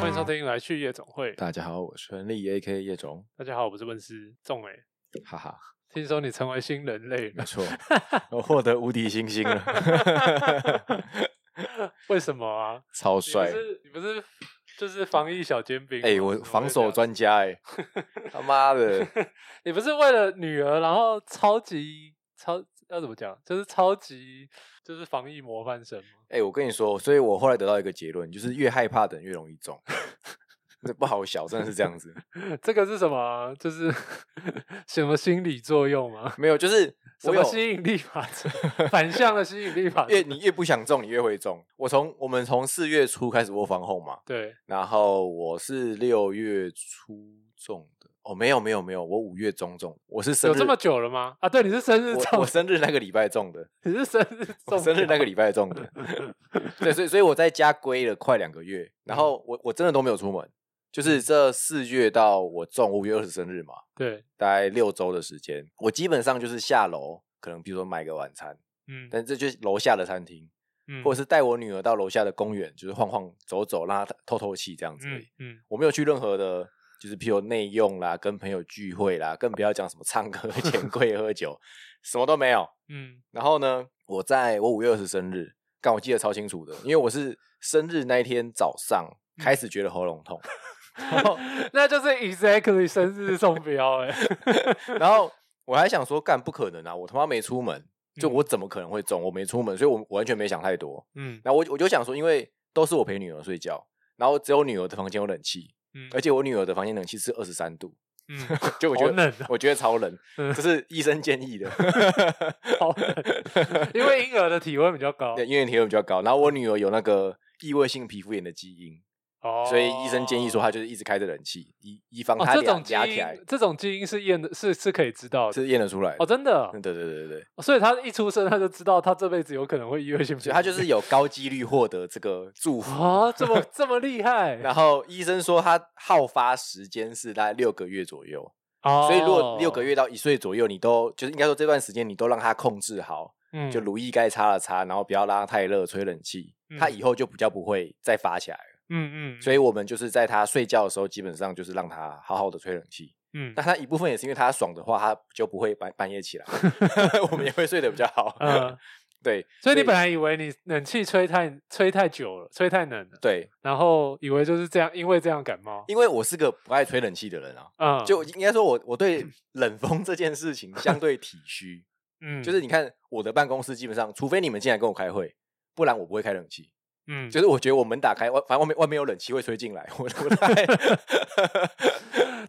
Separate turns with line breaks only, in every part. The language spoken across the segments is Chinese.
欢迎收听来去夜总会。
大家好，我是亨利 A.K. 叶总，
大家好，我是温斯仲伟。
哈哈，
听说你成为新人类
没
了，
错，我获得无敌星星 了，
为什么啊？
超
你不
帅！
是你不是就是防疫小尖兵吗？
哎、我
怎么会
防
这
守
样
专家哎、 他妈的，
你不是为了女儿，然后超级超要怎么讲？就是超级就是防疫模范生吗？
哎、我跟你说，所以我后来得到一个结论，就是越害怕的人越容 易中，这不好笑，真的是这样子。
这个是什么？啊就是 什么心理作用吗？
没有，就是
什
我
么
有
吸引力法则？ 反向的吸引力法则
越？你越不想中，你越会中。我从我们从四月初开始窝房后嘛，
对，
然后我是六月初中的。哦，没有没有没有，我五月中中，我是生
有
日
这么久了吗？啊，对，你是生日
我
中
我，生日那个礼拜中的，
你是生日
我
中，
生日那个礼拜中的， 对，所以所以我在家归了快两个月，
嗯
然后我我真的都没有出门，就是这四月到我中五月二十生日嘛，
对，
大概六周的时间，我基本上就是下楼，可能比如说买个晚餐，
嗯
但这就是楼下的餐厅，
嗯，
或者是带我女儿到楼下的公园，就是晃晃走走，让她透透气这样子而已。
嗯嗯，
我没有去任何的，就是譬如内用啦、跟朋友聚会啦，更不要讲什么唱歌、 钱柜、喝酒，什么都没有。
嗯
然后呢，我在我五月二十生日，但我记得超清楚的，因为我是生日那一天早上开始觉得喉咙痛，
嗯， 那就是 exactly 生日中标 哎、
然后我还想说，干不可能啊，我他妈没出门，就
嗯
我怎么可能会中？我没出门，所以我完全没想太多。
嗯
然后我我就想说，因为都是我陪女儿睡觉，然后只有女儿的房间有冷气，
嗯
而且我女儿的房间冷气是二十三度，
嗯，
就我
好
觉得
冷啊，
我觉得超冷，
嗯哦
这是医生建议的。
好冷，因为婴儿的体温比较高，
哦对，因为体温比较高，然后我女儿有那个异位性皮肤炎的基因，
哦，
所以医生建议说，她就是一直开着冷气，以以防
哦，
她
这
俩
种基
加起来
因，这种基因是验的，是是可以知道的，
是验得出来
哦，真的哦
嗯，对对对对对，
所以他一出生他就知道他这辈子有可能会异位性皮肤炎，
所以 她就是有高几率获得这个祝福。
啊，这么这么厉害，
然后医生说，她好发时间是大概六个月左右，
哦
所以如果六个
月
月到一岁左右，你都就是应该说这段时间你都让她控制好，
嗯
就如意该擦的擦，然后不要让她太热，吹冷气，她
嗯
以后就比较不会再发起来了。
嗯嗯，
所
以
以我们就是在她睡觉的时候，基本上就是让她好好的吹冷气。
嗯
那他一部分也是因为他爽的话，他就不会半半夜 起来，我们也会睡得比较好。
嗯，
对
所以你
所以
本来以为你冷气吹太吹太久了，吹太冷了，
对，
然后以为就是这样，因为这样感冒，
因为我是个不爱吹冷气的人啊，
嗯，
就应该说我我对冷风这件事情相对体虚，
嗯，
就是你看我的办公室基本上，除非你们进来跟我开会。不然我不会开冷气，
嗯，
就是我觉得我门打开，外反正外面外面有冷气会吹进来，我我 太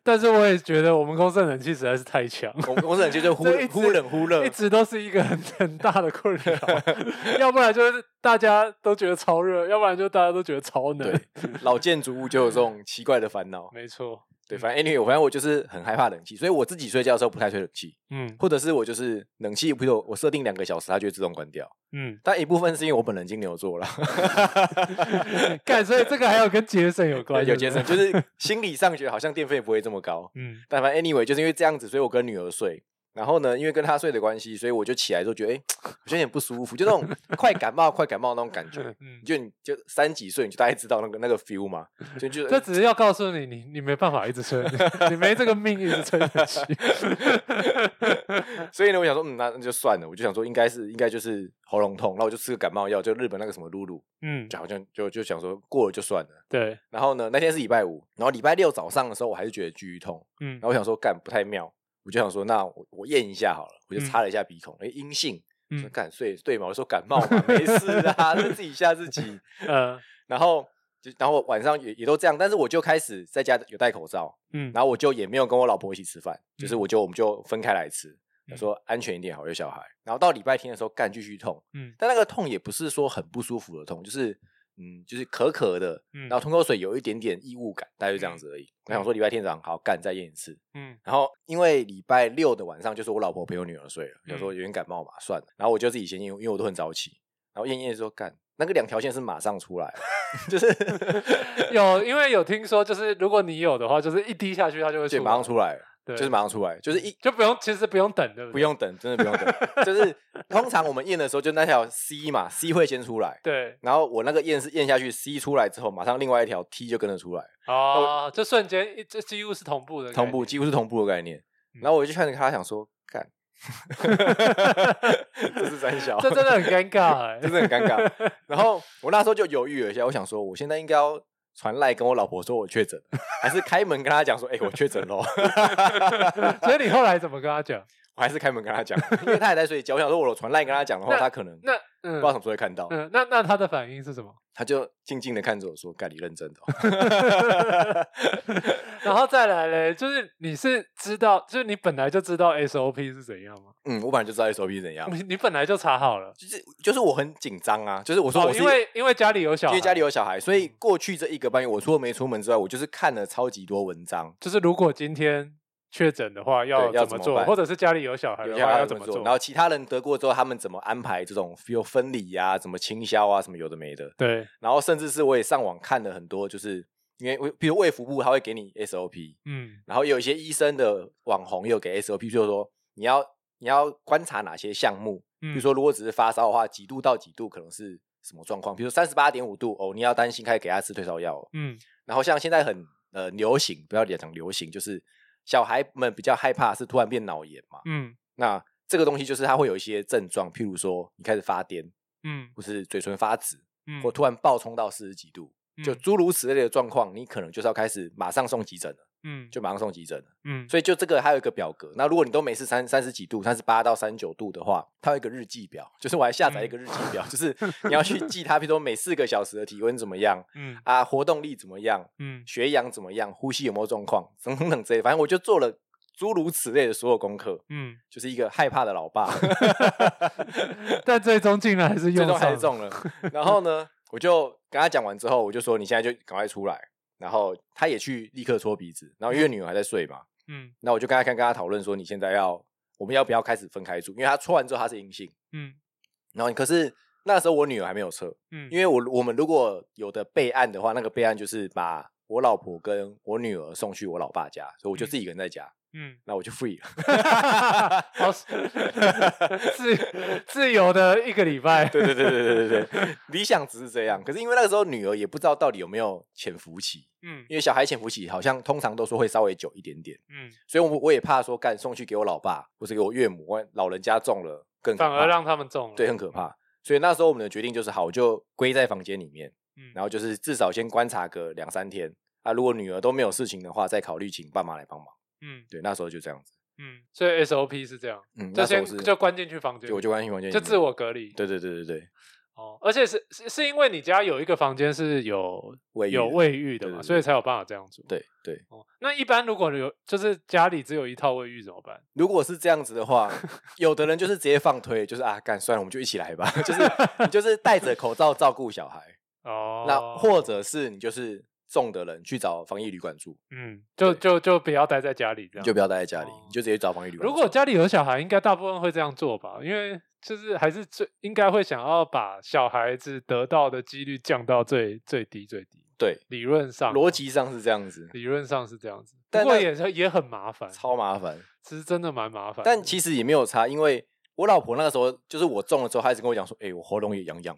但是我也觉得我们公司的冷气实在是太强，
我我冷气就忽
这一直
忽冷忽热
一，直都是一个很很大的困 扰，要不然就是大家都觉得超热，要不然就大家都觉得超冷，
对，老建筑物就有这种奇怪的烦恼。
没错，
对，反正 anyway，反正我就是很害怕冷气，所以我自己睡觉的时候不太吹冷气，
嗯
或者是我就是冷气，比如我我设定两个小时，它就会自动关掉。
嗯，
但一部分是因为我本人金牛座啦，
干，所以这个还有跟节省有关，
有
对啊
节
不
省，
对
就是心理上觉得好像电费不会这么高。
嗯
但反正 anyway，就是因为这样子，所以我跟女儿睡。然后呢，因为跟她睡的关系，所以我就起来之后觉得，哎、好像有点不舒服，就那种快感冒、快感冒那种感 觉。
嗯
你，就你就三几岁，你就大概知道那个那个 feel 嘛，就就
这只是要告诉你，你你没办法一直吹，你没这个命一直吹冷 气。
所以呢，我想说，嗯，那那就算了，我就想说，应该是应该就是喉咙痛，那我就吃个感冒药，就日本那个什么露露，
嗯，
就好像就就想说过了就算了。
对，
然后呢，那天是礼拜五，然后礼拜六早上的时候，我还是觉得剧痛，
嗯
然后我想说干不太妙，我就想说那我我验一下好了，我就
嗯
擦了一下鼻孔，哎、阴性，
嗯
说干睡对嘛，我说感冒嘛，没事啊，就自己吓自 己。
呃
然后就然后晚上也也都这样，但是我就开始在家有戴口罩，
嗯，
然后我就也没有跟我老婆一起吃饭，就是
嗯
我就我们就分开来吃，
嗯
说安全一点好，有小孩。然后到礼拜天的时候，干继续痛，
嗯
但那个痛也不是说很不舒服的痛，就是嗯，就是咳咳的，
嗯
然后通口水有一点点异物感，大概就这样子而已。我想说礼拜天早上好干再验一次，
嗯
然后因为礼拜六的晚上就是我老婆陪我女儿睡了，想说
嗯
有点感冒嘛，算了，然后我就自己先验，因为我都很早起，然后验一验说干。那个两条线是马上出来， 就是
有，因为有听说，就是如果你有的话，就是一滴下去它就会
对，马上出来了。
对，
就是马上出来，就是一
就不用，其实不用等，对不对？
不用等，真的不用等。就是 通常我们验的时候，就那条 C 嘛，C 会先出来，
对
然后我那个验是验下去，C 出来之后，马上另外一条 T 就跟着出来，
哦，就瞬间一这几乎是同步的概念，
同步几乎是同步的概念。
嗯
然后我就看着他想说， 干，这是三小，
这真的很尴尬 哎、
真的很 尴尬。然后我那时候就犹豫了一下，我想说，我现在应该要传赖跟我老婆说我确诊了，还是开门跟她讲说，哎、我确诊喽？
所以你后来怎么跟他讲？
我还是开门跟她讲，因为她也在睡觉。我想说，我传赖跟她讲的话，
那
她可能
那
不
嗯
知道什么时候会看到，
嗯，那那他的反应是什么？
她就静静的看着我说，干，你认真 的、哦。
然后再来嘞，就是你是知道，就是你本来就知道 SOP 是怎样吗？
嗯，我本来就知道 SOP 怎样。
你你本来就查好了，
就是就是我很紧张啊，就是我说
哦
我，是一
因
个、
为因为家里有小
因
孩，
为家里有小孩，所以
嗯
过去这一个半月，我除了没出门之外，我就是看了超级多文章，
就是如果今天确诊的话，要
要
怎
怎么
做，
办
或者是家里有小孩
有
的
些
话
还
哎要
要
怎么做？
然后其他人得过之后，他们怎么安排这种有分离啊，怎么清消啊，什么有的没的。
对，
然后甚至是我也上网看了很多，就是因为卫比如卫福部他会给你 SOP，
嗯，
然后有一些医生的网红也有给 SOP，就是说你要你要观察哪些项目，
比
比如说如果只是发烧的话，几度到几度可能是什么状况，比如三十八点五度哦，你要担心开始给他吃退烧药哦、
嗯
然后像现在很呃流行，不要讲流行，就是小孩们比较害怕是突然变脑炎嘛。
嗯
那这个东西就是它会有一些症状，譬如说你开始发癫，
嗯
或是嘴唇发紫，
嗯，
或突然暴冲到四十几度，就
嗯
诸如此类的状况，你可能就是要开始马上送急诊了，
嗯
就马上送急诊了。
嗯，
所以就这个还有一个表格，那如果你都没事三三十几度，三十八到三十九度的话，它有一个日记表，就是我还下
嗯
载一个日记表，就是你要去记它，譬如说每四个小时的体温怎么样
嗯
啊，活动力怎么样，
嗯
学氧怎么样，呼吸有没有状况，等等等之类，反正我就做了诸如此类的所有功课，
嗯，
就是一个害怕的老 爸，
但最终竟然还是
最
用
终还
上
是
了，
中了。然后呢，我就跟他讲完之后，我就说你现在就赶快出来，然后他也去立刻搓鼻子，然后因为女儿还在睡嘛，
嗯
那我就跟他跟跟他讨论说你现在要我们要不要开始分开住，因为他搓完之后他是阴性，
嗯
然后可是。那时候我女儿还没有测，
嗯，
因为我我们如果有的备案的话，那个备案就是把我老婆跟我女儿送去我老爸家，所以我就自己一个人在家。
嗯，
那我就 free 了。
好自自由的一个礼拜，
对对对对对对对，理想只是这样，可是因为那个时候女儿也不知道到底有没有潜伏期，
嗯
因为小孩潜伏期好像通常都说会稍微久一点点，
嗯，
所以我我也怕说干送去给我老爸或是给我岳母，万一老人家中了更可
反而
怕，
让他们中了，
对，很可怕。所以那时候我们的决定就是，好，我就归在房间里面，
嗯，
然后就是至少先观察个两三天啊，如果女儿都没有事情的话，再考虑请爸妈来帮忙。
嗯
对，那时候就这样子，
嗯，所以 SOP 是这样，
嗯，
就
那时候
先
是
就关进去房间，
就我就关心房间，
就自，我隔离，
对对对对对，
哦，而且是是是因为你家有一个房间是有
卫浴
有
的
卫浴的
对
嘛，
对对
所以才有办法这样做。
对对。
哦，那一般如果有就是家里只有一套卫浴怎么办？
如果是这样子的 话，有的人就是直接放推，就是啊，干算了，我们就一起来吧， 就是你就是戴着口罩照顾小孩，
哦，
那或者是你就是重的人去找防疫旅馆住，
嗯，就
对
就就不要待在家里这
你
样。
就不要待在家里，
哦
你就直接找防疫旅馆住。
如果家里有小孩，应该大部分会这样做吧，因为就是还是最应该会想要把小孩子得到的几率降到最最低最低。
对
理论上啊，
逻辑上是这样子，
理论上是这样子，不
但
过
那
也是也很麻烦，
超麻烦，
其实真的蛮麻烦的。
但其实也没有差，因为。我老婆那个时候就是我中了之后，她一直跟我讲说：“哎、我喉咙也痒痒。”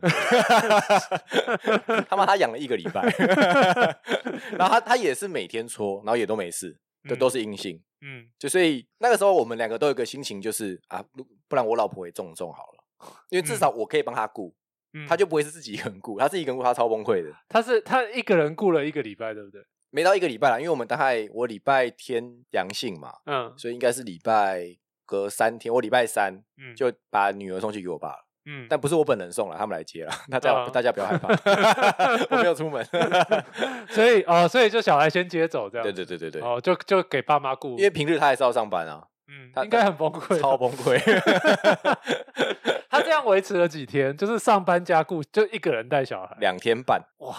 他妈，她痒了一个礼拜，然后她她也是每天搓，然后也都没事，都、都
嗯
是阴性。
嗯
就所以那个时候我们两个都有一个心情，就是啊，不不然我老婆也中中好了，因为至
嗯
少我可以帮她顾，
嗯，
她就不会是自己一个人顾，她自己一个人顾她超崩溃的。
他是他一个人雇了一个礼拜，对不对？
没到一个礼拜啦，因为我们大概我礼拜天阳性嘛，
嗯
所以应该是礼拜隔三天，我礼拜三
嗯，
就把女儿送去给我爸了，
嗯，
但不是我本人送了，他们来接了， 大家、
啊
大家不要害怕， 我没有出门。
所以哦，所以就小孩先接走这样
对
子，
对对对对，
哦，就就给爸妈雇，
因为平日她还是要上班啊，
嗯，
他
应该很崩溃，
超崩溃。
他这样维持了几天，就是上班加雇，就一个人带小孩，
两天半，
哇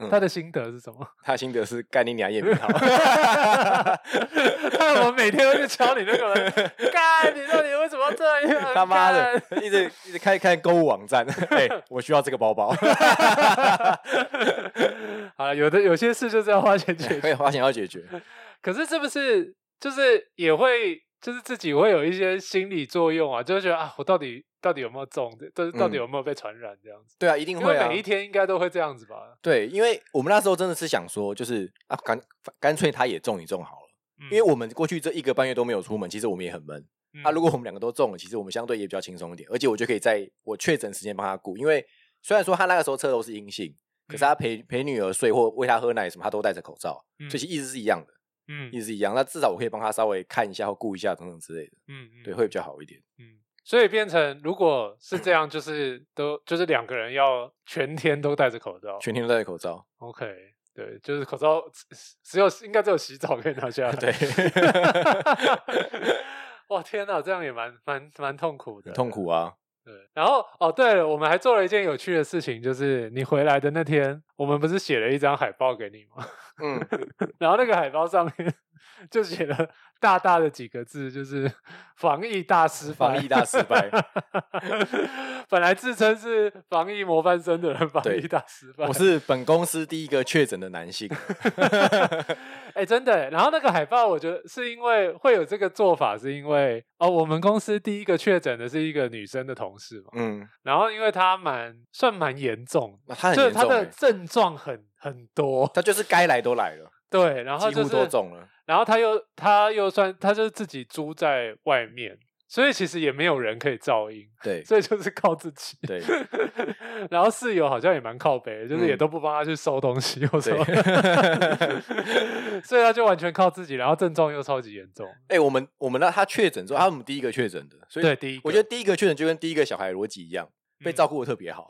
嗯。
他的心得是什 么？
她心得是干你娘也没 好。
看我每天都去敲你那个 门，干你到底为什么这样？
他妈的
干，
一直一直看看购物网 站，哎、我需要这个包包，
好了，有的有些事就是要花钱解决。
没有花钱要解决。
可是是不是就是也会就是自己会有一些心理作用啊，就是觉得啊，我到底到底有没有中，就是到底
嗯
有没有被传染这样子。
对啊，一定
因
会
为
啊
每。一天应该都会这样子吧，
对，因为我们那时候真的是想说，就是啊，干干脆他也中一中好了，
嗯、
因为我们过去这一个半月都没有出门，其实我们也很闷。
嗯
啊，如果我们两个都中了，其实我们相对也比较轻松一点，而且我就可以在我确诊时间帮他顾，因为虽然说他那个时候车头是阴性，可是他陪陪女儿睡或喂她喝奶什么，他都戴着口罩，
嗯
所以其实意思是一样的，
嗯
意思是一样。那至少我可以帮他稍微看一下或顾一下等等之类的，
嗯嗯
对，会比较好一点。
嗯，所以变成如果是这样，就是都就是两个人要全天都戴着口罩
全天都戴着口罩，
，OK，对，就是口罩只只有应该只有洗澡可以拿下来，
对
哇天哪，这样也蛮蛮蛮痛苦的，
很痛。苦 啊。
对，然后哦，对了，我们还做了一件有趣的事情，就是你回来的那天，我们不是写了一张海报给你吗？
嗯，
然后那个海报上面就写了大大的几个字，就是“防疫大失败”。
防疫大失败。
本来自称是防疫模范生的人，防
对
疫大失败。
我是本公司第一个确诊的男性。
哎、真的欸。然后那个海报，我觉得是因为会有这个做法，是因为哦，我们公司第一个确诊的是一个女生的同事嘛，
嗯，
然后因为她蛮算蛮严重
那他
的，
很
就是
严
她
重、
的
欸，
症状很很多，
他就是该来都来了，
对，然后
几
就
乎
是
都中了。
然后他又他又算他就是自己租在外面，所以其实也没有人可以噪音，
对
所以就是靠自己。
对
然后室友好像也蛮靠北的，就是也
嗯
都不帮他去收东西或什么，
对
所以他就完全靠自己，然后症状又超级严重。
哎、我们我们那他确诊之后，他是我们第一个确诊的，所以
对，第一个，
我觉得第一个确诊就跟第一个小孩的逻辑一样，被
嗯
照顾的特 别 好。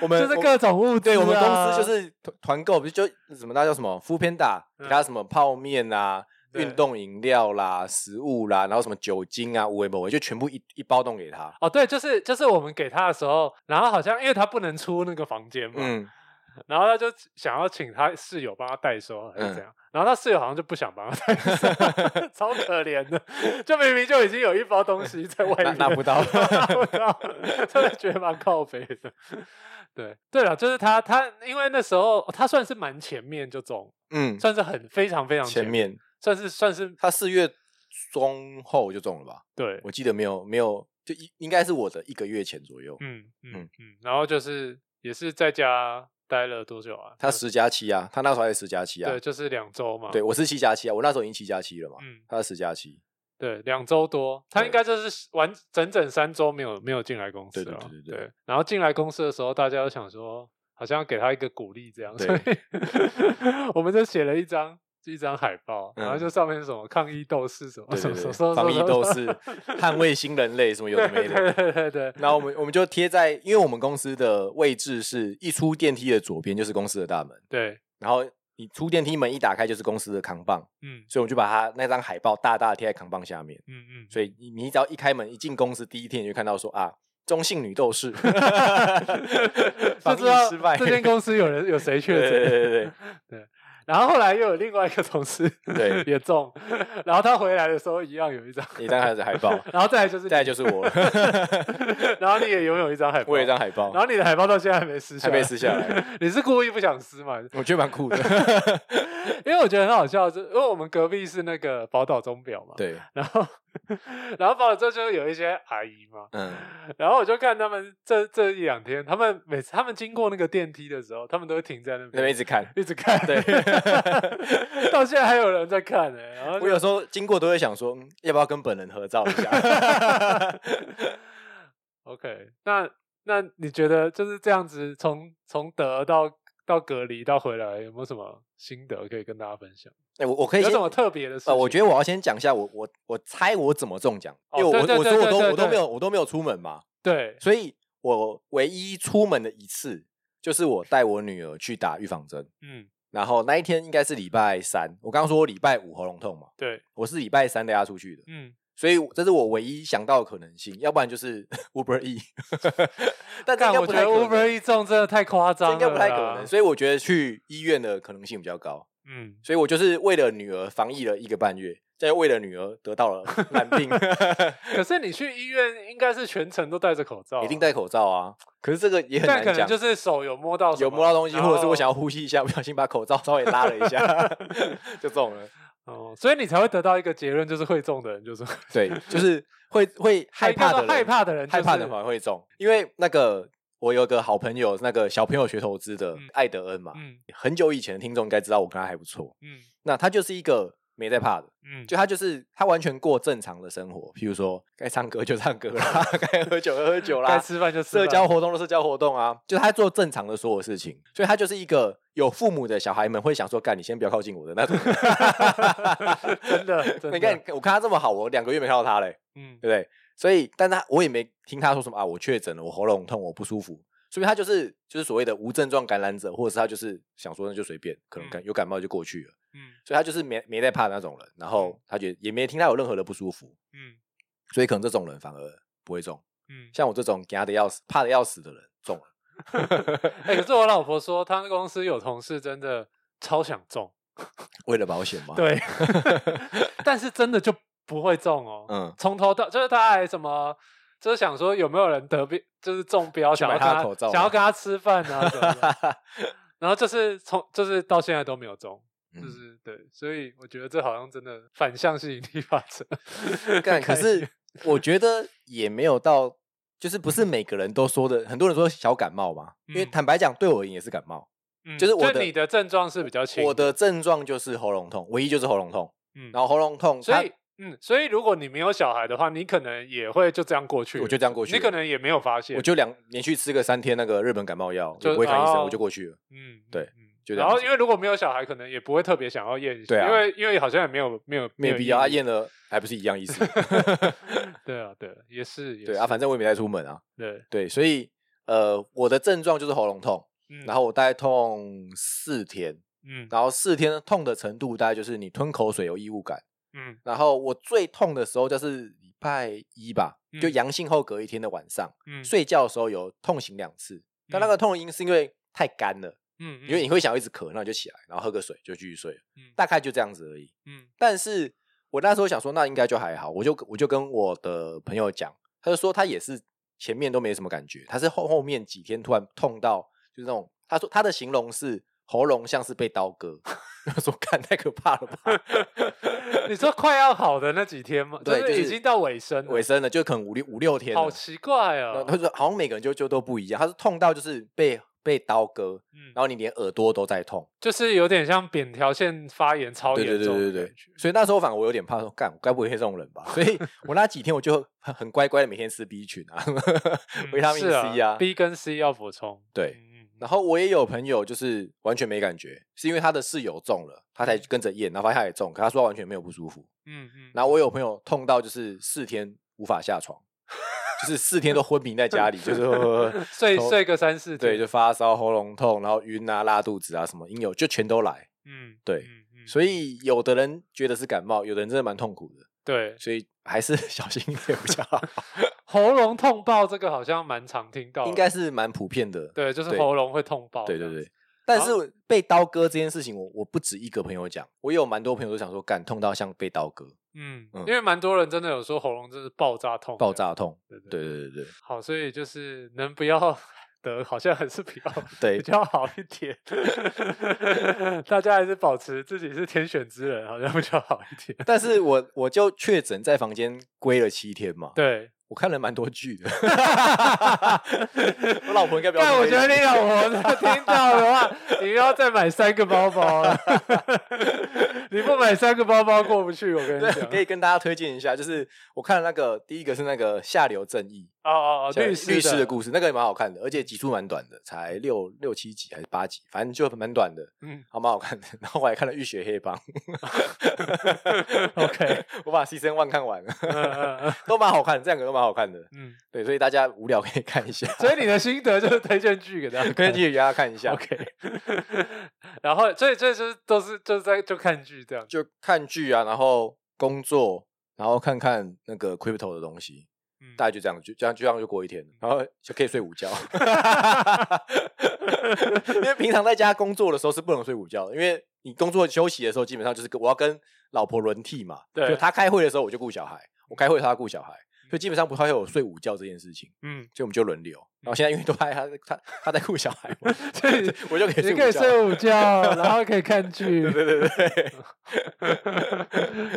我们
就是
我
各种物资、啊，
对我们公司就是团团购，不是就什么那叫什么敷片打，给他什么泡面啊、
嗯对
运动饮料啦、食物啦，然后什么酒精啊、无为某为，就全部一一包弄给他。
哦，对，就是就是我们给他的时候，然后好像因为他不能出那个房间嘛，
嗯，
然后他就想要请他室友帮他代收还是
嗯
怎样，然后他室友好像就不想帮他代收， 超可怜的，就明明就已经有一包东西在外
拿
面，
拿不到
拿不到，真的觉得蛮靠北的。对对了，就是他他因为那时候他算是蛮前面就中，
嗯，
算是很非常非常
前
面，
面
算是算是
他四月中后就中了吧？
对，
我记得没有没有，就一应该是我的一个月前左右。
嗯嗯
嗯
嗯，然后就是也是在家待了多久啊？
他
就
十加七啊，他那时候还是十加七啊。
对，就是两周嘛，
对，我是七加七啊，我那时候已经七加七了嘛，
嗯。
他是十加七，
对，两周多，他应
对
该就是完整整三周没有没有进来公司
对对
了
对对对
然后进来公司的时候，大家都想说，好像要给他一个鼓励这样，所以 我们就写了一张一张海报，然后
嗯
就上面是什么抗议斗士哦什么什
对对
么什
对
么什么，
防疫斗
什
士
么
捍卫新人类什么有
对
的没
对
的。
对对对，
然后我们我们就贴在，因为我们公司的位置是一出电梯的左边就是公司的大门，
对，
然后你出电梯门一打开就是公司的扛棒，
嗯
所以我们就把它那张海报大大地贴在扛棒下面。
嗯嗯，，
所以你你只要一开门一进公司第一天你就看到说啊，中性女斗士
就
防
知
疫
道
失败，
这间公司有人有谁确
对对
诊，
对对对
然后后来又有另外一个同事
对
也中，然后他回来的时候一样有一张，
你当然是海报，
然后再来就是
再来
你
就是我了，
然后你也拥有一张海报，
我有一张海报，
然后你的海报到现在还没撕下
还
来，
没撕下来
你是故意不想撕吗？
我觉得蛮酷的。
因为我觉得很好笑，就因为我们隔壁是那个宝岛钟表嘛，，
对，
然后然后宝岛钟就有一些阿姨嘛，
嗯，
然后我就看他们这这一两天，他们每次他们经过那个电梯的时候，他们都会停在那
那边一
边。
直看。
一直看，
对
到现在还有人在看呢、欸然后
我
就
有时候经过都会想说，嗯要不要跟本人合照一下？
OK，那那你觉得就是这样子从从得到到隔离到回来，有没有什么心得可以跟大家分享？
哎、我我可以
有
先
什么特别的事情？
呃，我觉得我要先讲一下我我我猜我怎么中奖，
哦
因为我
对对
我
对
说我
对
都
对
我都
对
没有我都没有出门嘛，
对，
所以我唯一出门的一次就是我带我女儿去打预防针，
嗯，
然后那一天应该是礼拜三，我刚刚说我礼拜五喉咙痛嘛，
对，
我是礼拜三带她出去的，
嗯，
所以这是我唯一想到的可能性，要不然就是 Uber E，但这应
但
该
我
不
觉
太
得
可能
Uber 一中真的太夸张了，
这应该不太可能，。所以我觉得去医院的可能性比较高，
嗯，
所以我就是为了女儿防疫了一个半月，再为了女儿得到了慢病，
可是你去医院应该是全程都戴着口罩，
一定戴，口罩啊。可是这个也很
但
难
可能
讲，
就是手有摸到什
有
么哦
摸到东西，
然
或者是
后
我想要呼吸一下，不小心把口罩稍微拉了一下，就中了。
哦，所以你才会得到一个结论，就是会中的人就是会
对，就是会
哎
会 害怕的人，
害怕的人、
害怕的反而会中，因为那个我有个好朋友，那个小朋友学投资的
嗯
艾德恩嘛，
嗯
很久以前的听众应该知道我跟他还不错，
嗯
那他就是一个没在怕的。
嗯，
就他就是他完全过正常的生活，譬如说该唱歌就唱歌啦， 该喝酒就喝酒
该
啦，
吃饭就吃
社
饭
交活动的社交活动啊，就他做正常的所有事情，所以他就是一个有父母的小孩们会想说，干你先不要靠近我的那种人。
真的真的
你看我看他这么好，我两个月没看到他嘞，
嗯
对不对？所以，但他我也没听他说什么啊，我确诊了，我喉咙痛，我不舒服。所以他就是就是所谓的无症状感染者，或者是他就是想说那就随便，可能感有感冒就过去了。
嗯
所以他就是没没在怕的那种人，然后他觉得也没听他有任何的不舒服，
嗯
所以可能这种人反而不会中。
嗯，
像我这种怕的要死、怕的要死的人中了，
哎，可是我老婆说，她公司有同事真的超想中，
为了保险嘛。，
对，但是真的就不会中哦，
嗯，
从头到就是他还什么，就是想说有没有人得病，就是中标，
去
想
买
要跟
他的口罩
想要
吗
跟他吃饭啊什么的 然后就是从就是到现在都没有中，就
嗯
是对，所以我觉得这好像真的反向吸引力 法则。
干可是我觉得也没有到，就是不是每个人都说的，很多人说小感冒嘛，因为
嗯
坦白讲，对我而言也是感冒，
嗯
就是我的
你的症状是比较轻，
我的症状就是喉咙痛，唯一就是喉咙痛，
嗯，
然后喉咙痛，
所
它
以嗯，所以如果你没有小孩的话，你可能也会就这样过去了，
我就这样过去
你
了
可能也没有发现，
我就两连续吃个三天那个日本感冒药，
就
就不会看医生，
哦
我就过去了。
嗯，
对
嗯，嗯
就这
然
样
后
子
因为如果没有小孩，可能也不会特别想要验一下，
对啊
因为因为好像也没有没有
没有
意
必要，啊，
义
验了还不是一样意 思。
对啊，对啊，也是，也
对
是
啊，反正我也没带出门啊。
对，
对，所以呃，我的症状就是喉咙痛，
嗯
然后我大概痛四天，
嗯
然后四天痛的程度大概就是你吞口水有异物感，
嗯
然后我最痛的时候就是礼拜一吧，就
嗯
阳性后隔一天的晚上，
嗯，
睡觉的时候有痛醒两次，但那
嗯
个痛的因是因为太干了，
嗯，
因为你会想要一直咳，那你就起来，然后喝个水就继续睡了
嗯，
大概就这样子而已。
嗯
但是我那时候想说，那应该就还好，我就我就跟我的朋友讲，他就说他也是前面都没什么感觉，他是后后面几天突然痛到就是那种，他说他的形容是喉咙像是被刀割， 我说看太可怕了 吧，
嗯 你说快要好的那几天吗？
对
就是
就
已
是
经到尾声了，
尾声了就可能五六五六天了，
好奇怪
然后
哦。
他说好像每个人就就都不一样，他是痛到就是被被刀割，
嗯
然，后你连耳朵都在痛，
就是有点像扁条线发炎超
对对
严
对
重
对
的
对
感觉，
所以那时候反而我有点怕说，干，我该不会是这种人吧？所以 我那几天我就很很乖乖的每天吃 B 群啊，
嗯
维他命
是
C 啊，
，B 跟 C 要补充。
对。
嗯，嗯
然后我也有朋友就是完全没感觉，是因为他的室友中了，他才跟着验，然后发现他也中，可他说他完全没有不舒服。
嗯嗯，
然后我有朋友痛到就是四天无法下床，就是四天都昏迷在家里，就是呵呵呵
睡
头
睡个三四
对，
天，
就发烧、喉咙痛，然后晕啊、拉肚子啊什么应有就全都来。
嗯，
对
嗯，嗯
所以有的人觉得是感冒，有的人真的蛮痛苦的。
对
所以还是 小心一点比较好，
喉咙痛爆这 个好像蛮常听到的，
应该是蛮普遍的。
对，就是
对
喉咙会痛爆这
对
样
对
子。
对，但是被刀割这件事情我，我不止一个朋友讲，我也有蛮多朋友都想说，干痛到像被刀割，
嗯，
嗯
因为蛮多人真的有说喉咙真是爆炸痛，
爆，炸痛。
对对
对对对
好，所以就是能不要 得，好像还是比较比
对对，
较好一点。 大家还是保持自己是天选之人，好像比较好一点。
但是我我就确诊在房间归了七天嘛，
对，
我看了蛮多剧 的。我老婆应该不要听
但
这
我
一
觉得
集
你老婆如果听到的话，你又要再买三个包包了。 你不买三个包包过不去，我跟你
对，
讲
可。以跟大家推荐一下，就是我看了那个第一个是那个《下流正义
哦哦》哦，
下
律师
律师的故事，那个也蛮好看的，而且集数蛮短的，才六六七集还是八集，反正就蛮短的。
嗯，
还蛮好看的。 然后我还看了《浴血黑帮》
OK
我把《Season One》看完了，
嗯嗯 嗯
都蛮好看的，这两个都蛮好看的。
嗯，
对，所以大家无聊可以看一下，
所以你的心得就是推荐剧给大家
可以
看。
继续给大家看一下。
OK，然后所以这就是都是就是在就看剧这样。
就看剧啊，然后工作，然后看看那个 crypto 的东西，
嗯
大概就这样，就这样就这样就过一天了，然后就可以睡午觉。 因为平常在家工作的时候是不能睡午觉的，因为你工作休息的时候，基本上就是跟我要跟老婆轮替嘛，
对
就她开会的时候我就顾小孩，我开会她顾小孩，所以基本上不太会有睡午觉这件事情，
嗯，
所以我们就轮流。然后现在因为都拍他他他在顾小孩嘛，
所以
我就可以
你
睡
可以
午觉。
睡午觉， 然后可以看剧，
对对对对，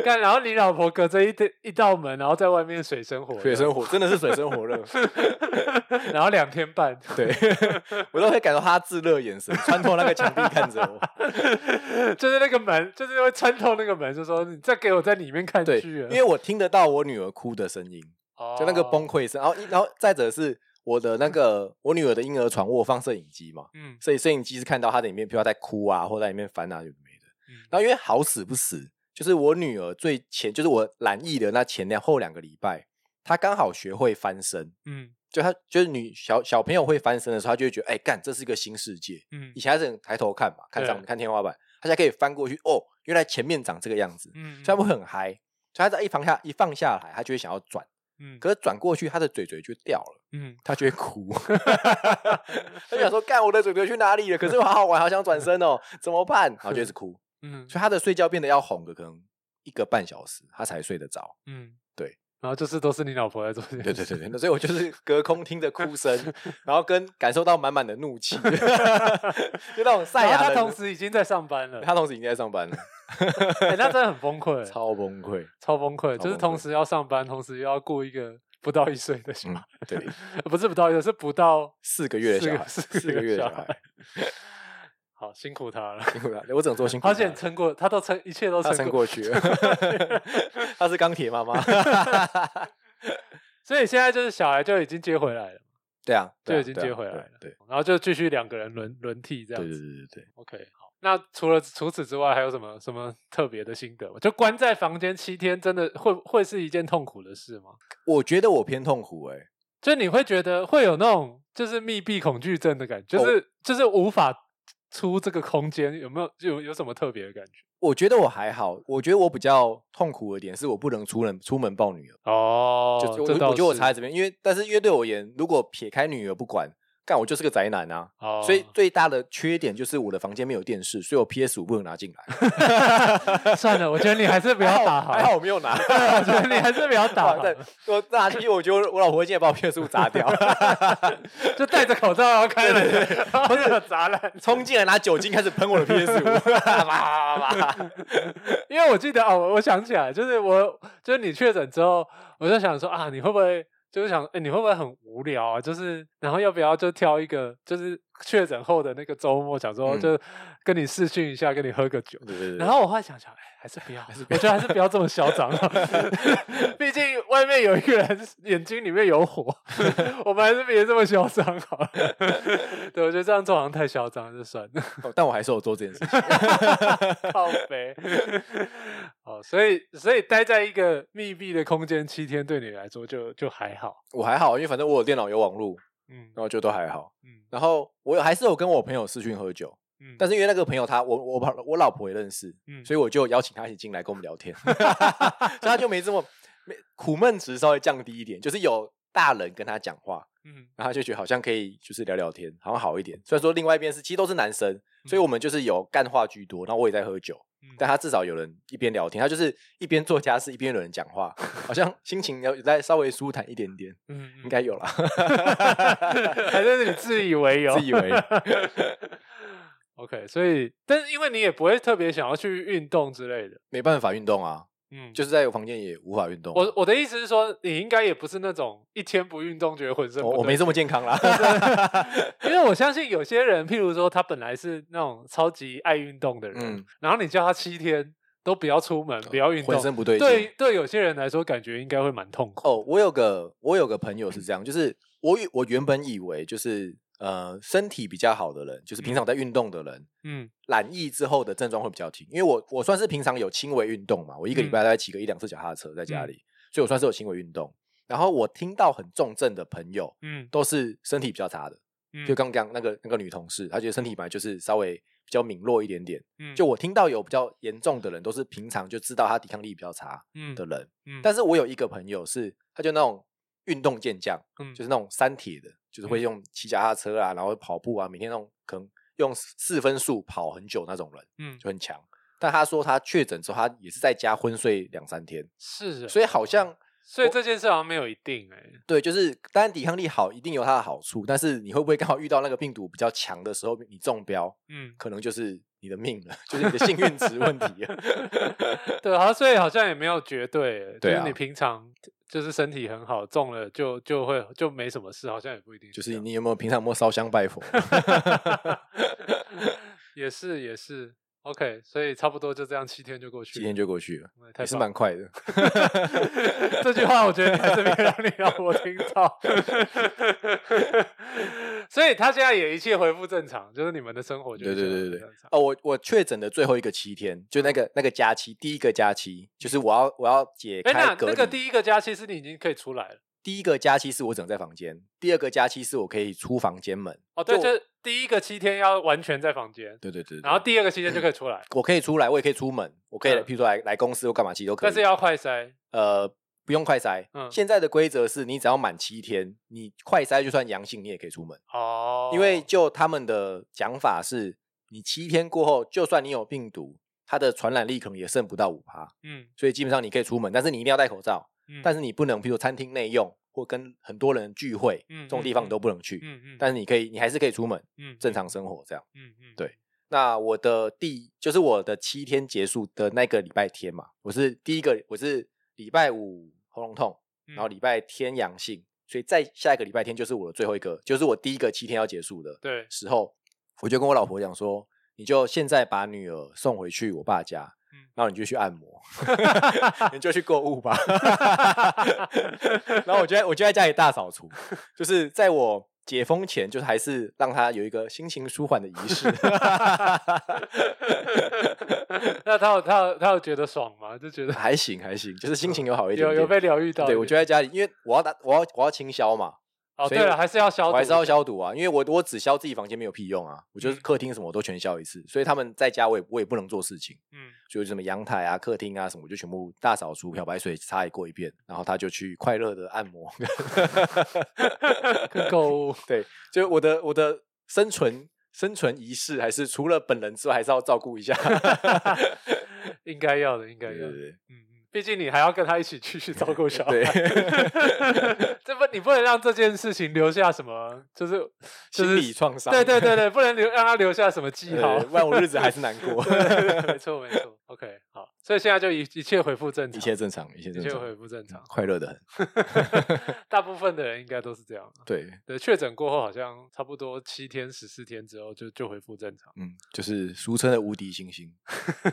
干，然后你老婆隔着一道一道门，然后在外面水生活，
水深火真的是水深火热。
活，然后两天半，
对，我都可以感受他炙热眼神穿透那个墙壁看着我。
就是那个门，就是会穿透那个门，就说你再给我在里面看
对，
剧
因
啊，
为我听得到我女儿哭的声音，就那个崩
哦，
溃声。然后一，然后再者是我的那个我女儿的婴儿床，我有放摄影机嘛，
嗯
所以摄影机是看到她的影片，譬如她在哭啊，或在里面翻啊，有的没的。
嗯
然后因为好死不死，就是我女儿最前，就是我懒疫的那前两后两个礼拜，她刚好学会翻身。
嗯
就她就是女小小朋友会翻身的时候，她就会觉得，哎、干，这是一个新世界。
嗯
以前还是很抬头看嘛，看上
对
看天花板，他现在可以翻过去，哦，原来前面长这个样子，
嗯，
所以他会很嗨。所以他在一放下一放下来，他就会想要转，
嗯
可是转过去他的嘴嘴就掉了，
嗯，
他就会哭。 他就想说：“干，我的嘴嘴去哪里了？可是我好好玩，好想转身哦，怎么办？”然后就一直哭，
嗯
所以他的睡觉变得要哄个可能一个半小时，他才睡得着。
嗯，
对，
然后就是都是你老婆在做这件
对
事，
对 对对，那所以我就是隔空听着哭声，然后跟感受到满满的怒 气，就那种赛
然
亚
后他
人的
同时已经在上班 了，
他同时已经在上班 了，
哎那真的很崩溃，
超崩溃。
超崩溃，
超
就是
崩
同
溃
时要上班，同时又要顾一个不到一岁的小
嗯
孩，
对，
不是不到一岁，是不到
四个月的
四
小
个
孩，
四
四个月的小孩，，
好辛苦他了，
辛苦了，我只能说辛苦
好
了。
险撑过，他都撑，一切都
他撑
过。
过去 了，他是钢铁妈妈。
所以现在就是小孩就已经接回来了，
对啊，对
就
啊
已经接回来了，
对啊
然后就继续两个人轮轮替这
对
样
对对
子。
对对对。
OK，好。那除了除此之外，还有什么什么特别的心得吗？就关在房间七天，真的会会是一件痛苦的事吗？
我觉得我偏痛苦哎，
就你会觉得会有那种就是密闭恐惧症的感觉，
哦
就是、就是无法出这个空间，有没有有有什么特别的感觉？
我觉得我还好，我觉得我比较痛苦的点是我不能出门出门抱女儿，
哦
就我我觉得我差在这边，因为但是因为对我而言，如果撇开女儿不管，干我就是个宅男啊，
哦、
所以最大的缺点就是我的房间没有电视，所以我 PS 五不能拿进来。
算了，我觉得你还 是不要打好
还好我没有拿。
我觉得你还是不要打好
哇 对，我拿去，我觉得我老婆会进来把我骗术砸掉，
就戴着口罩然后开门，
对
然后就砸烂。
冲进来拿酒精开始喷 我的 PS 五，叭叭叭叭，
因为我记得哦，我我想起来，就是我就是你确诊之后，我就想说啊，你会不会就是想，哎，你会不会很无聊啊？就是然后要不要就挑一个就是确诊后的那个周末，想说
嗯
就跟你视讯一下，跟你喝个酒。
对对对
然后我后来想想，哎，还是不 要，我觉得还是不要这么嚣张了。毕竟外面有一个人眼睛里面有 火，我们还是别这么嚣张好了。对，我觉得这样做好像太嚣张，就算了。
哦 但我还是有做这件事情。
靠北。 哦，所以所以待在一个密闭的空间七天，对你来说就就还好。
我还好，因为反正我有电脑有网络，
嗯
然后就都还好。
嗯
然后我有还是有跟我朋友视讯喝酒，
嗯，
但是因为那个朋友他我我把我老婆也认识，
嗯
所以我就邀请他一起进来跟我们聊天，所 以他就没这么没苦闷值稍微降低一点，就是有大人跟他讲话，
嗯
然后他就觉得好像可以就是聊聊天，好像好一点。虽然说另外一边是其实都是男生，所以我们就是有干话居多，然后我也在喝酒，
嗯
但他至少有人一边聊天，他就是一边做家事一边有人讲话， 好像心情要再稍微舒坦一点点，
嗯
应该有啦。
嗯 还是你自以为有，
自以为
OK，所以但是因为你也不会特别想要去运动之类的，
没办法运动啊，
嗯，
就是在我房间也无法运动啊。
我我的意思是说，你应该也不是那种一天不运动觉得浑身
我
不
我
对
没这么健康啦，
因为我相信有些人，譬如说他本来是那种超级爱运动的人，
嗯
然后你叫他七天都不要出门，不要 运动
浑，身不对劲。
对对，有些人来说感觉应该会蛮痛苦。
哦，我有个我有个朋友是这样，就是我以我原本以为就是呃身体比较好的人，就是平常有在运动的人，
嗯
懒疫之后的症状会比较轻，因为我我算是平常有轻微运动嘛，我一个礼
嗯
拜大概骑个一两次脚踏车在家
嗯
里，所以我算是有轻微运动。然后我听到很重症的朋友
嗯，
都是身体比较差的，
嗯
就刚刚那个那个女同事，她觉得身体本来就是稍微比较敏弱一点点。
嗯
就我听到有比较严重的人，都是平常就知道她抵抗力比较差
嗯
的人。
嗯
但是我有一个朋友是，他就那种运动健将，
嗯
就是那种三铁的，就是
嗯
会用骑脚踏车啊，然后跑步啊，每天那种可能用四分速跑很久那种人，
嗯
就很强。但他说他确诊之后，他也是在家昏睡两三天，
是啊，
所以好像
所以这件事好像没有一定哎、
对，就是当然抵抗力好一定有它的好处，但是你会不会刚好遇到那个病毒比较强的时候，你中标，
嗯，
可能就是你的命了， 就是你的幸运值问题了。
对啊，所以好像也没有绝对、欸，
对
就
啊
是你平常就是身体很好，中了就就会就没什么事，好像也不一定
就
这
是
样
你有没有平常有没有烧香拜佛？
也是也是，OK，所以差不多就这样，七天就过去
七
了，
天就过去 了，
嗯太
也是
棒
蛮快的。
了这句话我觉得你还是别让你让我听到。 所以他现在也一切恢复正常，就是你们的生活就
对
一切
对
恢
对
复
对对
正常。
哦，我我确诊的最后一个七天，就那
嗯
个那个假期，第一个假期就是我要我要解
哎，那
开隔离。
那个第一个假期是你已经可以出来了
第一个假期是我只能在房间，第二个假期是我可以出房间门。
哦，对，
就
就是第一个七天要完全在房间，
对对嗯对，对
然后第二个七天就可以出来，
我可以出来，我也可以出门，我可以来，
嗯
譬如说来来公司或干嘛，其实都可以。
但是要快筛。
呃，不用快筛。
嗯
现在的规则是你只要满七天，你快筛就算阳性，你也可以出门。
哦，
因为就他们的讲法是，你七天过后，就算你有病毒，它的传染力可能也剩不到五趴，
嗯
所以基本上你可以出门，但是你一定要戴口罩，
嗯，
但
是
是你不能，譬如说餐厅内用或跟很多人聚会，
嗯
这种地方
嗯
你都不能去。
嗯嗯，
但是你可以，你还是可以出门，
嗯
正常生活这样。
嗯嗯
对那我的第就是我的七天结束的那个礼拜天嘛，我是第一个，我是礼拜五喉咙痛，然后
嗯
礼拜天阳性，所以再下一个礼拜天就是我的最后一个，就是我第一个七天要结束的
对，
时候，我就跟我老婆讲说，你就现在把女儿送回去我爸家
嗯，
然后你就去 按摩，你就去购物吧。然后我就在我就在家里大扫除，就是在我解封前，就是还是让她有一个心情舒缓的仪式。
那他有他有他有觉得爽吗？就觉得
还行还行，就是心情有好一点
有
点。
有被疗愈到一点。
对，我就在家里，因为我要打，我要我要清消嘛，
哦，
所以
对了，
我
还是要消
我
毒，
还是要消毒啊，因为我我只消自己房间没有屁用啊，我就是
嗯
客厅什么我都全消一次，所以他们在家我也我也不能做事情，
嗯。
所以什么阳台啊、客厅啊什么，我就全部大扫除、漂白水擦也过一遍，然后他就去快乐的按摩。
跟购物，
对，就我的我的生存生存仪式，还是除了本人之外，还是要照顾 一下。
应该要的，应该
对
要
对
的。
对，
嗯嗯，毕竟你还要跟他一起去去照顾小孩
对，
这不你不能让这件事情留下什么，就是就是
心理创伤。
对对对对，不能留让他留下什么记
对，
号，
不然我日子还是难过。
对没错没错，OK，好，所以现在就一一切恢复正常，
一切正常，一切
一
正
切
常，嗯
恢复正常，
快乐的很。
大部分的人应该都是这样。啊
对，
对，确诊过后好像差不多七天、十四天之后就就恢复正常。
嗯，就是俗称的无敌星星，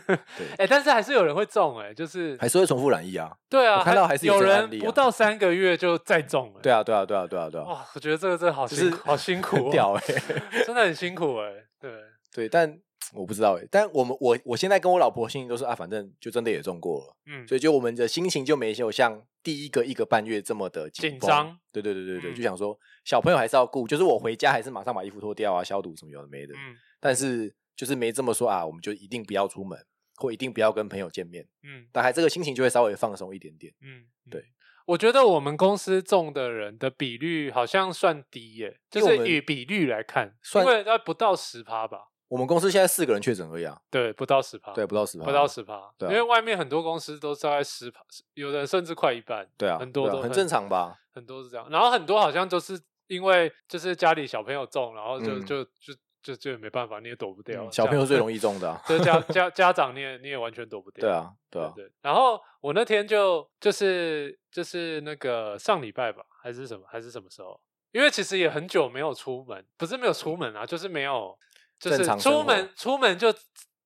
对，
哎、但是还是有人会中哎、就是
还是会重复染疫啊。
对啊，
我看到还是有
有
这个案
人
例
不
啊
到三个月就再中了、哎
对啊，对啊，对啊，对啊，对啊，
哇，我觉得这个真的好
就
辛
是
苦，好辛苦、
很
哦，
屌哎、
真的很辛苦哎、对，
对，但我不知道哎、但我们我我现在跟我老婆心情都是啊，反正就真的也中过了，
嗯，
所以就我们的心情就没有像第一个一个半月这么的
紧
绷
张。
对对对对对，
嗯
就想说小朋友还是要顾，就是我回家还是马上把衣服脱掉啊，消毒什么有的没的，
嗯
但是就是没这么说啊，我们就一定不要出门，或一定不要跟朋友见面，
嗯
但还这个心情就会稍微放松一点点。
嗯，嗯
对。
我觉得我们公司中的人的比率好像算低耶、就
因为我
是
们
以比率来看，
算
因为它不到十趴吧？
我们公司现在四个人确诊而已啊，
对，不到十趴，
对，不到十吧，
不到十趴，
对
因
啊
为外面很多公司都是大概十趴，有的人甚至快一半，
对啊，
很多
对
都
啊很正常吧？
很多是这样，然后很多好像就是因为就是家里小朋友中，然后就、
嗯
就就就就没办法，你也躲不掉。
嗯小朋友最容
易，，
易中的、啊
就 家家家长你也你也完全躲不掉。
对啊，对
对
啊，
对然后我那天就就是就是那个上礼拜吧，还是什么还是什么时候？因为其实也很久没有出门，不是没有出门啊，就是没有，就是
正常生
出
活
门出门就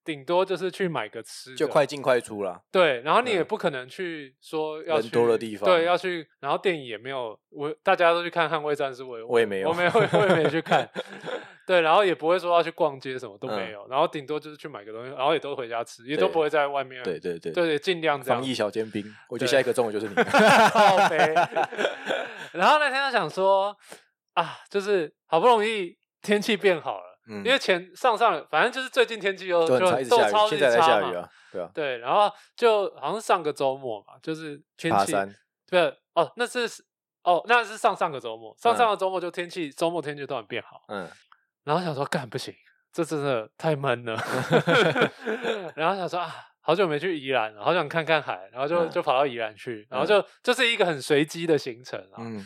顶多就是去买个吃的，
就快进快出啦。
对，然后你也
对
不可能去说要
人
去
多的地方
对，要去，然后电影也没有，我大家都去看《捍卫战士》，我也
我也没有
我没有，我也没去 看，对，然后也不会说要去逛街，什么都没
嗯
有，然后顶多就是去买个东西，然后也都回家吃，也都
对
不会在外面，
对对对，
对对，尽量这样
防疫小尖 兵，我
对
觉得下一个中的就是 你。
靠背。然后那天就想说啊，就是好不容易天气变好了，
嗯
因为前上上反正就是最近天气又
就很差，一直下
超
雨，现在在
差
下
嘛
雨啊，对啊，
对，然后就好像上个周末嘛，就是天
爬
气
山，
对哦，那是哦，那是上上个周末，上
嗯
上个周末就天气周末天气突然变好，
嗯，
然后想说干不行，这真的太闷了，然后想说啊，好久没去宜兰了，好想看看海，然后就、
嗯
就跑到宜兰去，然后就、就是一个很随机的行程啊，
嗯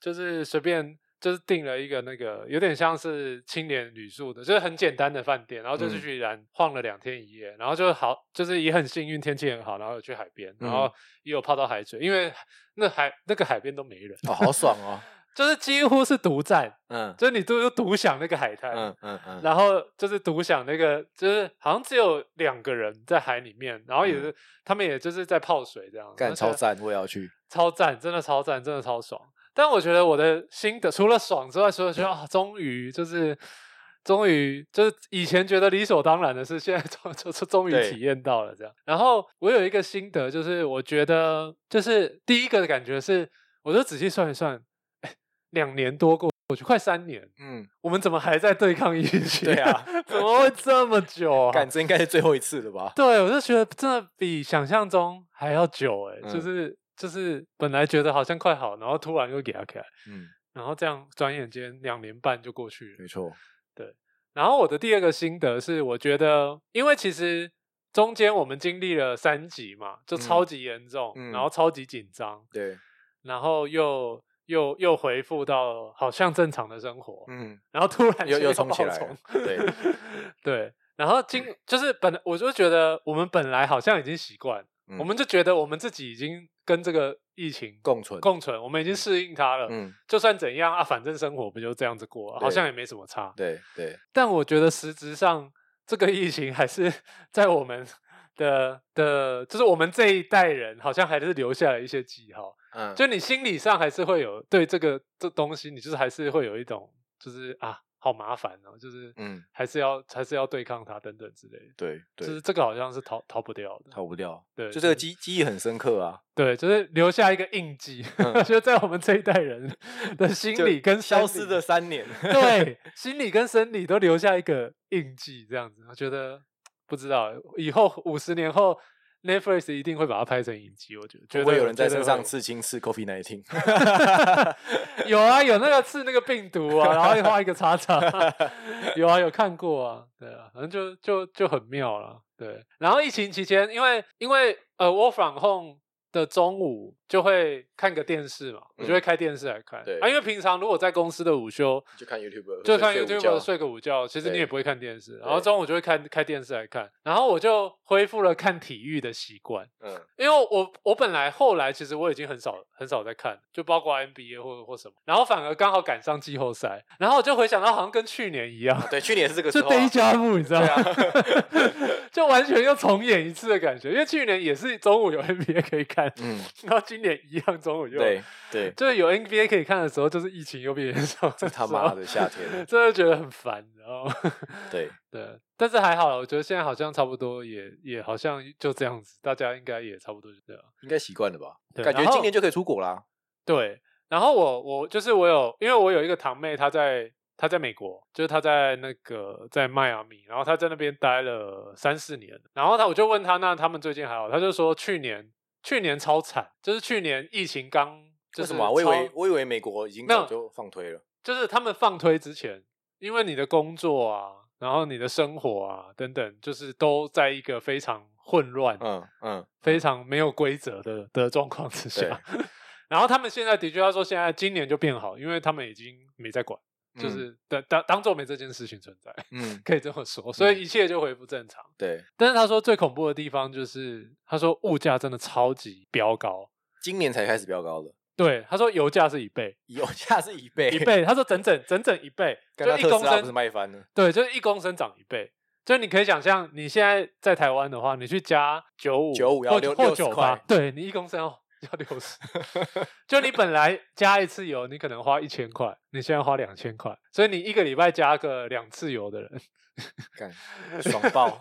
就是随便就是订了一个那个有点像是青年旅宿的，就是很简单的饭店，然后就是
嗯
去宜兰晃了两天一夜，然后就好就是也很幸运天气很好，然后有去海边，然
嗯
后也有泡到海水，因为那海那个海边都没人，
哦，好爽哦，
就是几乎是独占，
嗯
就是你都独享那个海滩，
嗯嗯嗯，
然后就是独享那个，就是好像只有两个人在海里面，然后也是、他们也就是在泡水这样，
嗯干
而且
超赞，我也要去，
超赞，真的超赞，真的超爽。但我觉得我的心得除了爽之外，除了觉得啊，终于就是终于就是以前觉得理所当然的事，现在终就就终于
对
体验到了这样。然后我有一个心得，就是我觉得就是第一个的感觉是，我就仔细算一算，哎两年多过过去，快三年。
嗯，
我们怎么还在对抗疫情？
对啊，
怎么会这么久啊
干？这应该是最后一次 了吧？
对，我就觉得真的比想象中还要久哎、
嗯
就是就是本来觉得好像快好，然后突然又给它开，
嗯，
然后这样转眼间两年半就过去了
没。错，
然后我的第二个心得是，我觉得因为其实中间我们经历了三级嘛，就
嗯
超级严重，
嗯
然后超级紧张，
对，
然后又又又恢复到好像正常的生活，
嗯，
然后突然
又
间
又冲起
爆
来
冲
了，对，
对，然后今
嗯
就是本来我就觉得我们本来好像已经习惯，
嗯
我们就觉得我们自己已经跟这个疫情
共存，
共存，我们已经适应它了。
嗯，
就算怎样啊，反正生活不就这样子过，好
对
像也没什么差。
对对，
但我觉得实质上这个疫情还是 在我们的的，就是我们这一代人好像还是留下了一些记号。
嗯，
就你心理上还是会有对这个这东西，你就是还是会有一种就是啊，好麻烦哦，就是
嗯，
还是要还是要对抗它等等之类的。
对
就
对，
是这个好像是逃逃不掉的，
逃不掉，
对，
就这
是
个记记忆很深刻啊，
对，就是留下一个印记，
嗯
就是在我们这一代人 的心
就
理跟生
消失
理
的三 年，
对心理跟生理都留下一个印记，这样子，我觉得不知道以后五十年后 Netflix 一定会把它拍成影集，我觉得绝
会
对
有人在
绝对
身上
会
刺青刺 coffee nineteen，
有啊，有那个刺那个病毒 啊，然后又画一个叉叉， 有啊，有看过啊，对啊，反正就就就很妙了，对。然后疫情期间，因为因为呃，work from home 的中午就会看个电视嘛，我就会开电视来看。
嗯对
啊，因为平常如果在公司的午休，
就看 YouTube，
就看 YouTube 睡个午觉，其实你也
对
不会看电视，然后中午就会看开电视来看，然后我就恢复了看体育的习惯。
嗯
因为我我本来后来其实我已经很少很少在看，就包括 NBA 或或什么，然后反而刚好赶上季后赛，然后我就回想到好像跟去年一样，
对，去年 是这个时
就
候
第一
啊，
加木，你知道吗？
对
啊 就完全又重演一次的感觉，因为去年也是中午有 NBA 可以看，
嗯，
然后今年一样中午又
对，对，
就是有 NBA 可以看的时候，就是疫情又变严重的时候，
他妈的夏天，
真的觉得很烦，然后
对，
对，但是还好了，我觉得现在好像差不多也也好像就这样子，大家应该也差不多就这样。
应该习惯了吧？
对
感觉
然后
今年就可以出国啦，
对，然后我我就是我有，因为我有一个堂妹，她在她在美国，就是她在那个在迈阿密，然后她在那边待了三四年，然后她我就问她，那他们最近还好？她就说去年去年超惨，就是去年疫情刚就
为
是
什么啊？我以为
超
我以为美国已经
没有
早就放推了，
就是他们放推之前，因为你的工作啊，然后你的生活啊等等，就是都在一个非常混乱，
嗯嗯，
非常没有规则的的状况之
对
下。 然后他们现在的确要说，现在今年就变好，因为他们已经没在管，就
嗯
是当当当做没这件事情存在，
嗯，
可以这么说，所以一切就恢复正常。
对，
但是他说最恐怖的地方就是，他说物价真的超级飙高，
今年才开始飙高的，
对，他说油价是一 倍，
油价是一倍，
一，倍，他说整整整整一倍，
跟
就
他
一
特
公
斯拉不是
升，
卖翻了，
对，就是一公升涨一倍。就你可以想象，你现在在台湾的话，你去加九五
95要
或
六
或
60
九八
块，
对你一公升要要六 十，就你本来加一次油，你可能花一千块，你现在花两千块，所以你一个礼拜加个两次油的人，
干，爽 爆，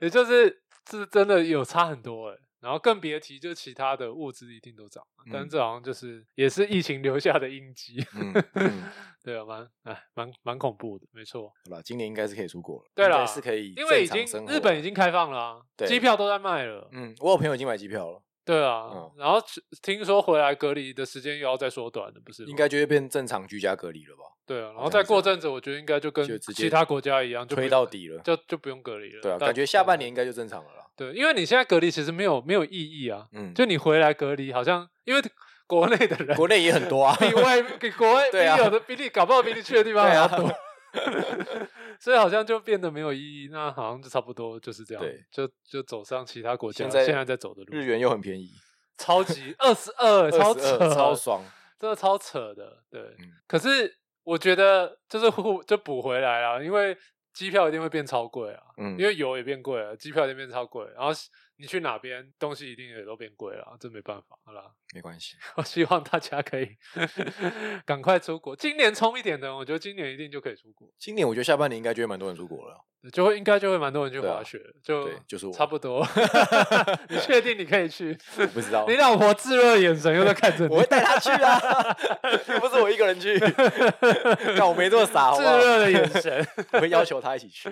也就是这真的有差很多哎、然后更别提就其他的物资一定都涨了，但
嗯
这好像就是也是疫情留下的印记，
嗯嗯，
对啊，蛮哎蛮蛮恐怖的，没错。
好了，今年应该是可以出国了，
对
应该
啦
是可以，
因为已经日本已，经开放了、啊，
对
机票都在卖了。
嗯，我有朋友已经买机票了，
对啊，
嗯
然后只听说回来隔离的时间又要再缩短了，不是吗？
应该就会变正常居家隔离了吧，
对啊，然后
像
再
是
过
啊
阵子，我觉得应该就跟
就直接
其他国家一样，就不
推到，底了，
就就不用隔离了。
对啊，
但
感觉下半年，应该就正常了啦，
对，因为你现在隔离其实没有没有意义啊，
嗯，
就你回来隔离，好像因为国内的人
国内也很 多啊，
比外比国外比
对啊
有的比你搞不好比你去的地方还要多
对，啊
所以好像就变得没有意义。那好像就差不多就是这样，
对，
就就走上其他国家
现在
现在在走的路，
日元又很便宜，
超级二十二，超扯，
22超爽。
真的超扯的，对。
嗯
可是我觉得就是互就补回来啦，因为机票一定会变超贵啊，
嗯，
因为油也变贵了，机票一定变超贵，然后你去哪边东西一定也都变贵了，这没办法好啦。
没关系，
我希望大家可以 赶快出国，今年冲一点的，我觉得今年一定就可以出国，
今年我觉得下半年应该就会蛮多人出国了。
就会应该就会蛮多人去
对啊
滑雪，就
对就是我
差不多。 你确定你可以 去？
我不知道
你，老婆炙热的眼神又在看着你
我会。带他去啊，又不是我一个人去，但我没这么傻，好
炙
不好？
热的眼神，
我会要求他一起去。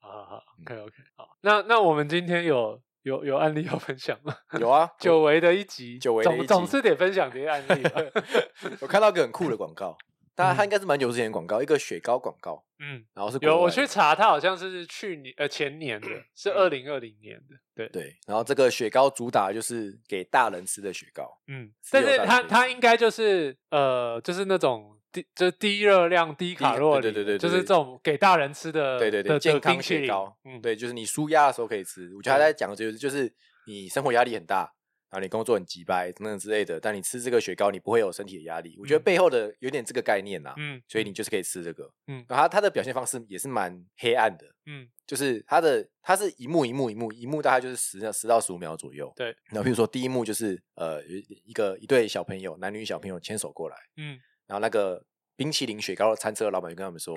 好好好，OK
嗯
OK，好，那那我们今天有有有案例要分享吗？
有啊，就
久违的一集，
久违的一
总
集
总是得分享这些案例吧。
我看到一个很酷的广告，当然
嗯
它应该是蛮久之前的广告，一个雪糕广告，
嗯，
然后是国
有
外
我
的
去查，它好像是去年呃前年的，是二零二零年的，对，
嗯对，然后这个雪糕主打就是给大人吃的雪糕，
嗯，
自
但
由
是
蛋
它
白
它应该就是呃就是那种。低就是低热量、低卡路里，
对对对对
就是
对
这种给大人吃的，
对对
的
对，
的
健
冰
康
淇
雪
淋
糕，
嗯，
对，就是你舒压的时候可以吃。我觉得他在讲的就是，就是你生活压力很大，然后你工作很急掰等等之类的，但你吃这个雪糕，你不会有身体的压力。我觉得
嗯
背后的有点这个概念呐、啊
嗯，
所以你就是可以吃这个。
嗯
然后他他的表现方式也是蛮黑暗的，
嗯
就是他的他是一幕一幕一幕一幕，大概就是十十到十五秒左右。
对，
然后譬如说第一幕就是呃有一一个一对小朋友男女小朋友牵手过来，
嗯，
然后那个冰淇淋雪糕的餐车的老板就跟他们说：“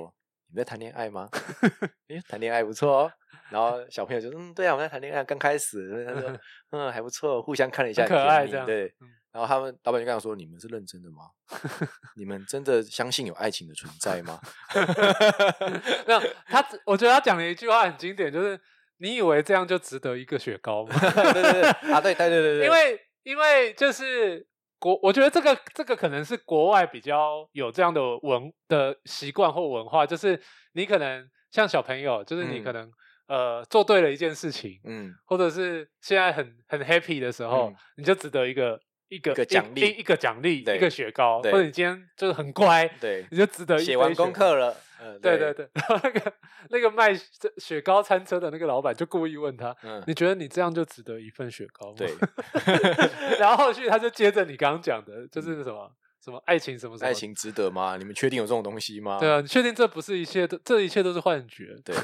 你们在谈恋爱吗？ 哎，谈恋爱不错哦。”然后小朋友就嗯，对啊，我们在谈恋爱，刚开始。他 说嗯，还不错，互相看了一下，
很可
很甜
爱
蜜
这样，
对。
嗯
然后他们老板就跟他说：“你们是认真的吗？你们真的相信有爱情的存在吗
没有，他只我觉得他讲了一句话很经典，就是你以为这样就值得一个雪糕 吗？”
对对对啊，对对对对对，
因为因为就是国，我觉得这个这个可能是国外比较有这样的文的习惯或文化，就是你可能像小朋友，就是你
嗯
可能、呃做对了一件事情，
嗯，
或者是现在很很 happy 的时候，
嗯
你就值得一个。一个
一个奖励
一一个奖励，
对
一个雪糕，或
对
者你今天就是很乖，
对，
你就值得一
写
杯
完
雪
功
糕
课了，呃
对对，对，然后那个那个卖这雪糕餐车的那个老板就故意问他：“
嗯，
你觉得你这样就值得一份雪糕吗？”
对，
然后后续他就接着你刚刚讲的，就是什么、什么爱情什么什么，
嗯爱情值得吗？你们确定有这种东西吗？
对啊，你确定这不是一切都这一切都是幻觉？
对，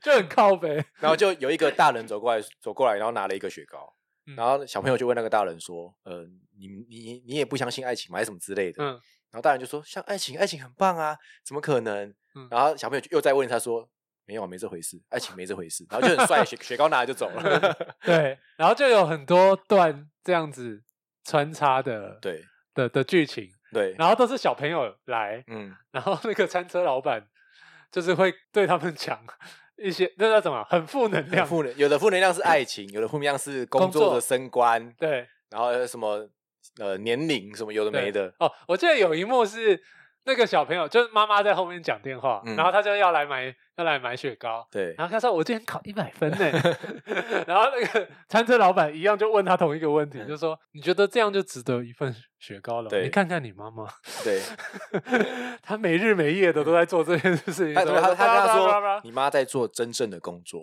就很靠 北。
然后就有一个大人走过来，走过来，然后拿了一个雪糕，
嗯
然后小朋友就问那个大人说：“呃，你你你也不相信爱情吗？还是什么之类的？”
嗯
然后大人就说：“像爱情，爱情很棒啊，怎么可能？”
嗯
然后小朋友就又再问他说：“没有啊，没这回事，爱情没这 回事。”然后就很帅，雪雪糕拿了就走了。
对，然后就有很多段这样子穿插的
对
的的剧情，
对，
然后都是小朋友来，
嗯，
然后那个餐车老板就是会对他们讲一些那叫什么很负能量，
负能有的负能量是 爱情，有的负能量是工
工
作
作
的升官，
对
然后还有什么呃年龄什么有的
对
没的。
哦，我记得有一幕是那个小朋友，就是妈妈在后面讲电话，
嗯
然后他就要来买要来买雪糕，
对，
然后他说我今天考一百分呢， 然后那个 餐车老板一样就问他同一个问题，
嗯
就说你觉得这样就值得一份雪糕了吗？
对
你看看你妈妈，
对，
她没日没夜的都在做这件事情，
他
什
他
么
他跟他
叭叭叭叭
说，你妈在做真正的工 作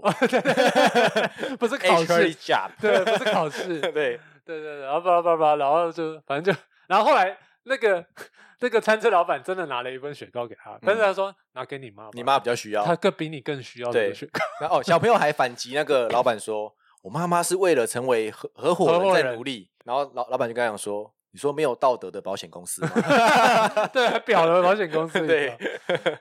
不是 考
，HR
试，
job，
对，不是考试，
对，
对对，然后叭叭叭，然后就反正就，然后后来那个那个餐车老板真的拿了一份雪糕给他，但是他说、拿给你妈吧，
嗯你妈比较需要。
她更比你更需要这个
对
雪糕，
然后哦小朋友还反击那个老板说，我妈妈是为了成为合合
合
伙
伙
人在
人
努力。然后老老板就跟他讲说，你说没有道德的保险公司吗？
对，还表了保险公司一
对
个，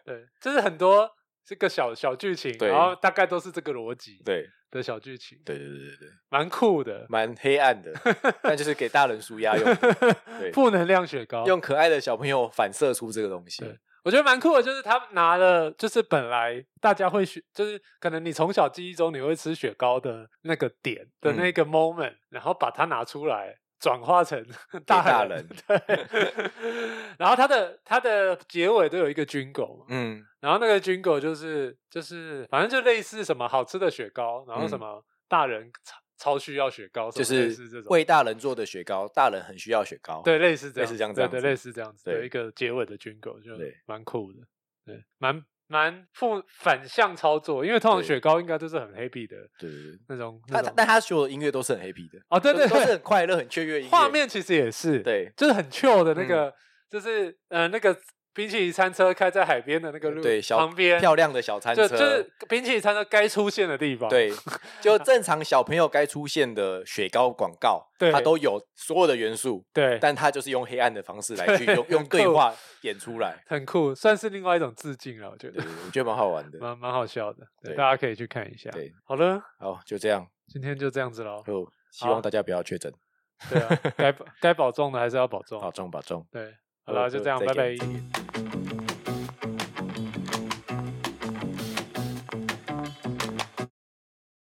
对，就是很多这个小小剧情，
对
然后大概都是这个逻辑
对
的小剧情，
对对对对对，
蛮酷的，
蛮黑暗 的，但就是给大人舒压用的，对
负能量雪糕，
用可爱的小朋友反射出这个东西。
对我觉得蛮酷的，就是他拿了，就是本来大家会学，就是可能你从
嗯
小记忆中你会吃雪糕的那个点的那个 moment，、然后把它拿出来，转化成
大
人
人，
对。然后它的它的结尾都有一个军狗嘛，
嗯，
然后那个军狗就是就是反正就类似什么好吃的雪糕，然后什
嗯
么大人超超需要雪糕，什
就
么类
是
似这种
为大人做的雪糕，大人很需要雪糕。
对，类似这
类
样，
似这样
对
这
对，
样子
类似这样子的
对
一个结尾的军狗，就
对
蛮酷的，对，蛮蛮负反向操作，因为通常
对
雪糕应该都是很 happy 的
对对对，
那种，那
他他
种
但他所有的音乐都是很 happy 的，
哦，对
都
对
都是
对
很，快乐、很雀跃的音乐。
画面其实也是，，
对嗯
就是很 chill 的那个，就是呃那个冰淇淋餐车开在海边的那个路
呃对，小
旁边，
漂亮的小餐
就
车，
就是冰淇淋餐车该出现的地方，
对，就正常小朋友该出现的雪糕广告，
对
它都有所有的元素，
对，
但它就是用黑暗的方式来去
对
用用
很
对
酷
话演出来。
很酷，算是另外一种致敬了，我觉
对，
得
对对我觉得蛮好玩的。
蛮蛮好笑的，对，
对
大家可以去看一下。
对，
好了，
好，就这样，
今天就这样子喽。
就希
好
望大家不要确诊，
对啊，该该保重的还是要保
保
重。
重保重。
对，好了，就这样，
再
拜
见
拜。
再见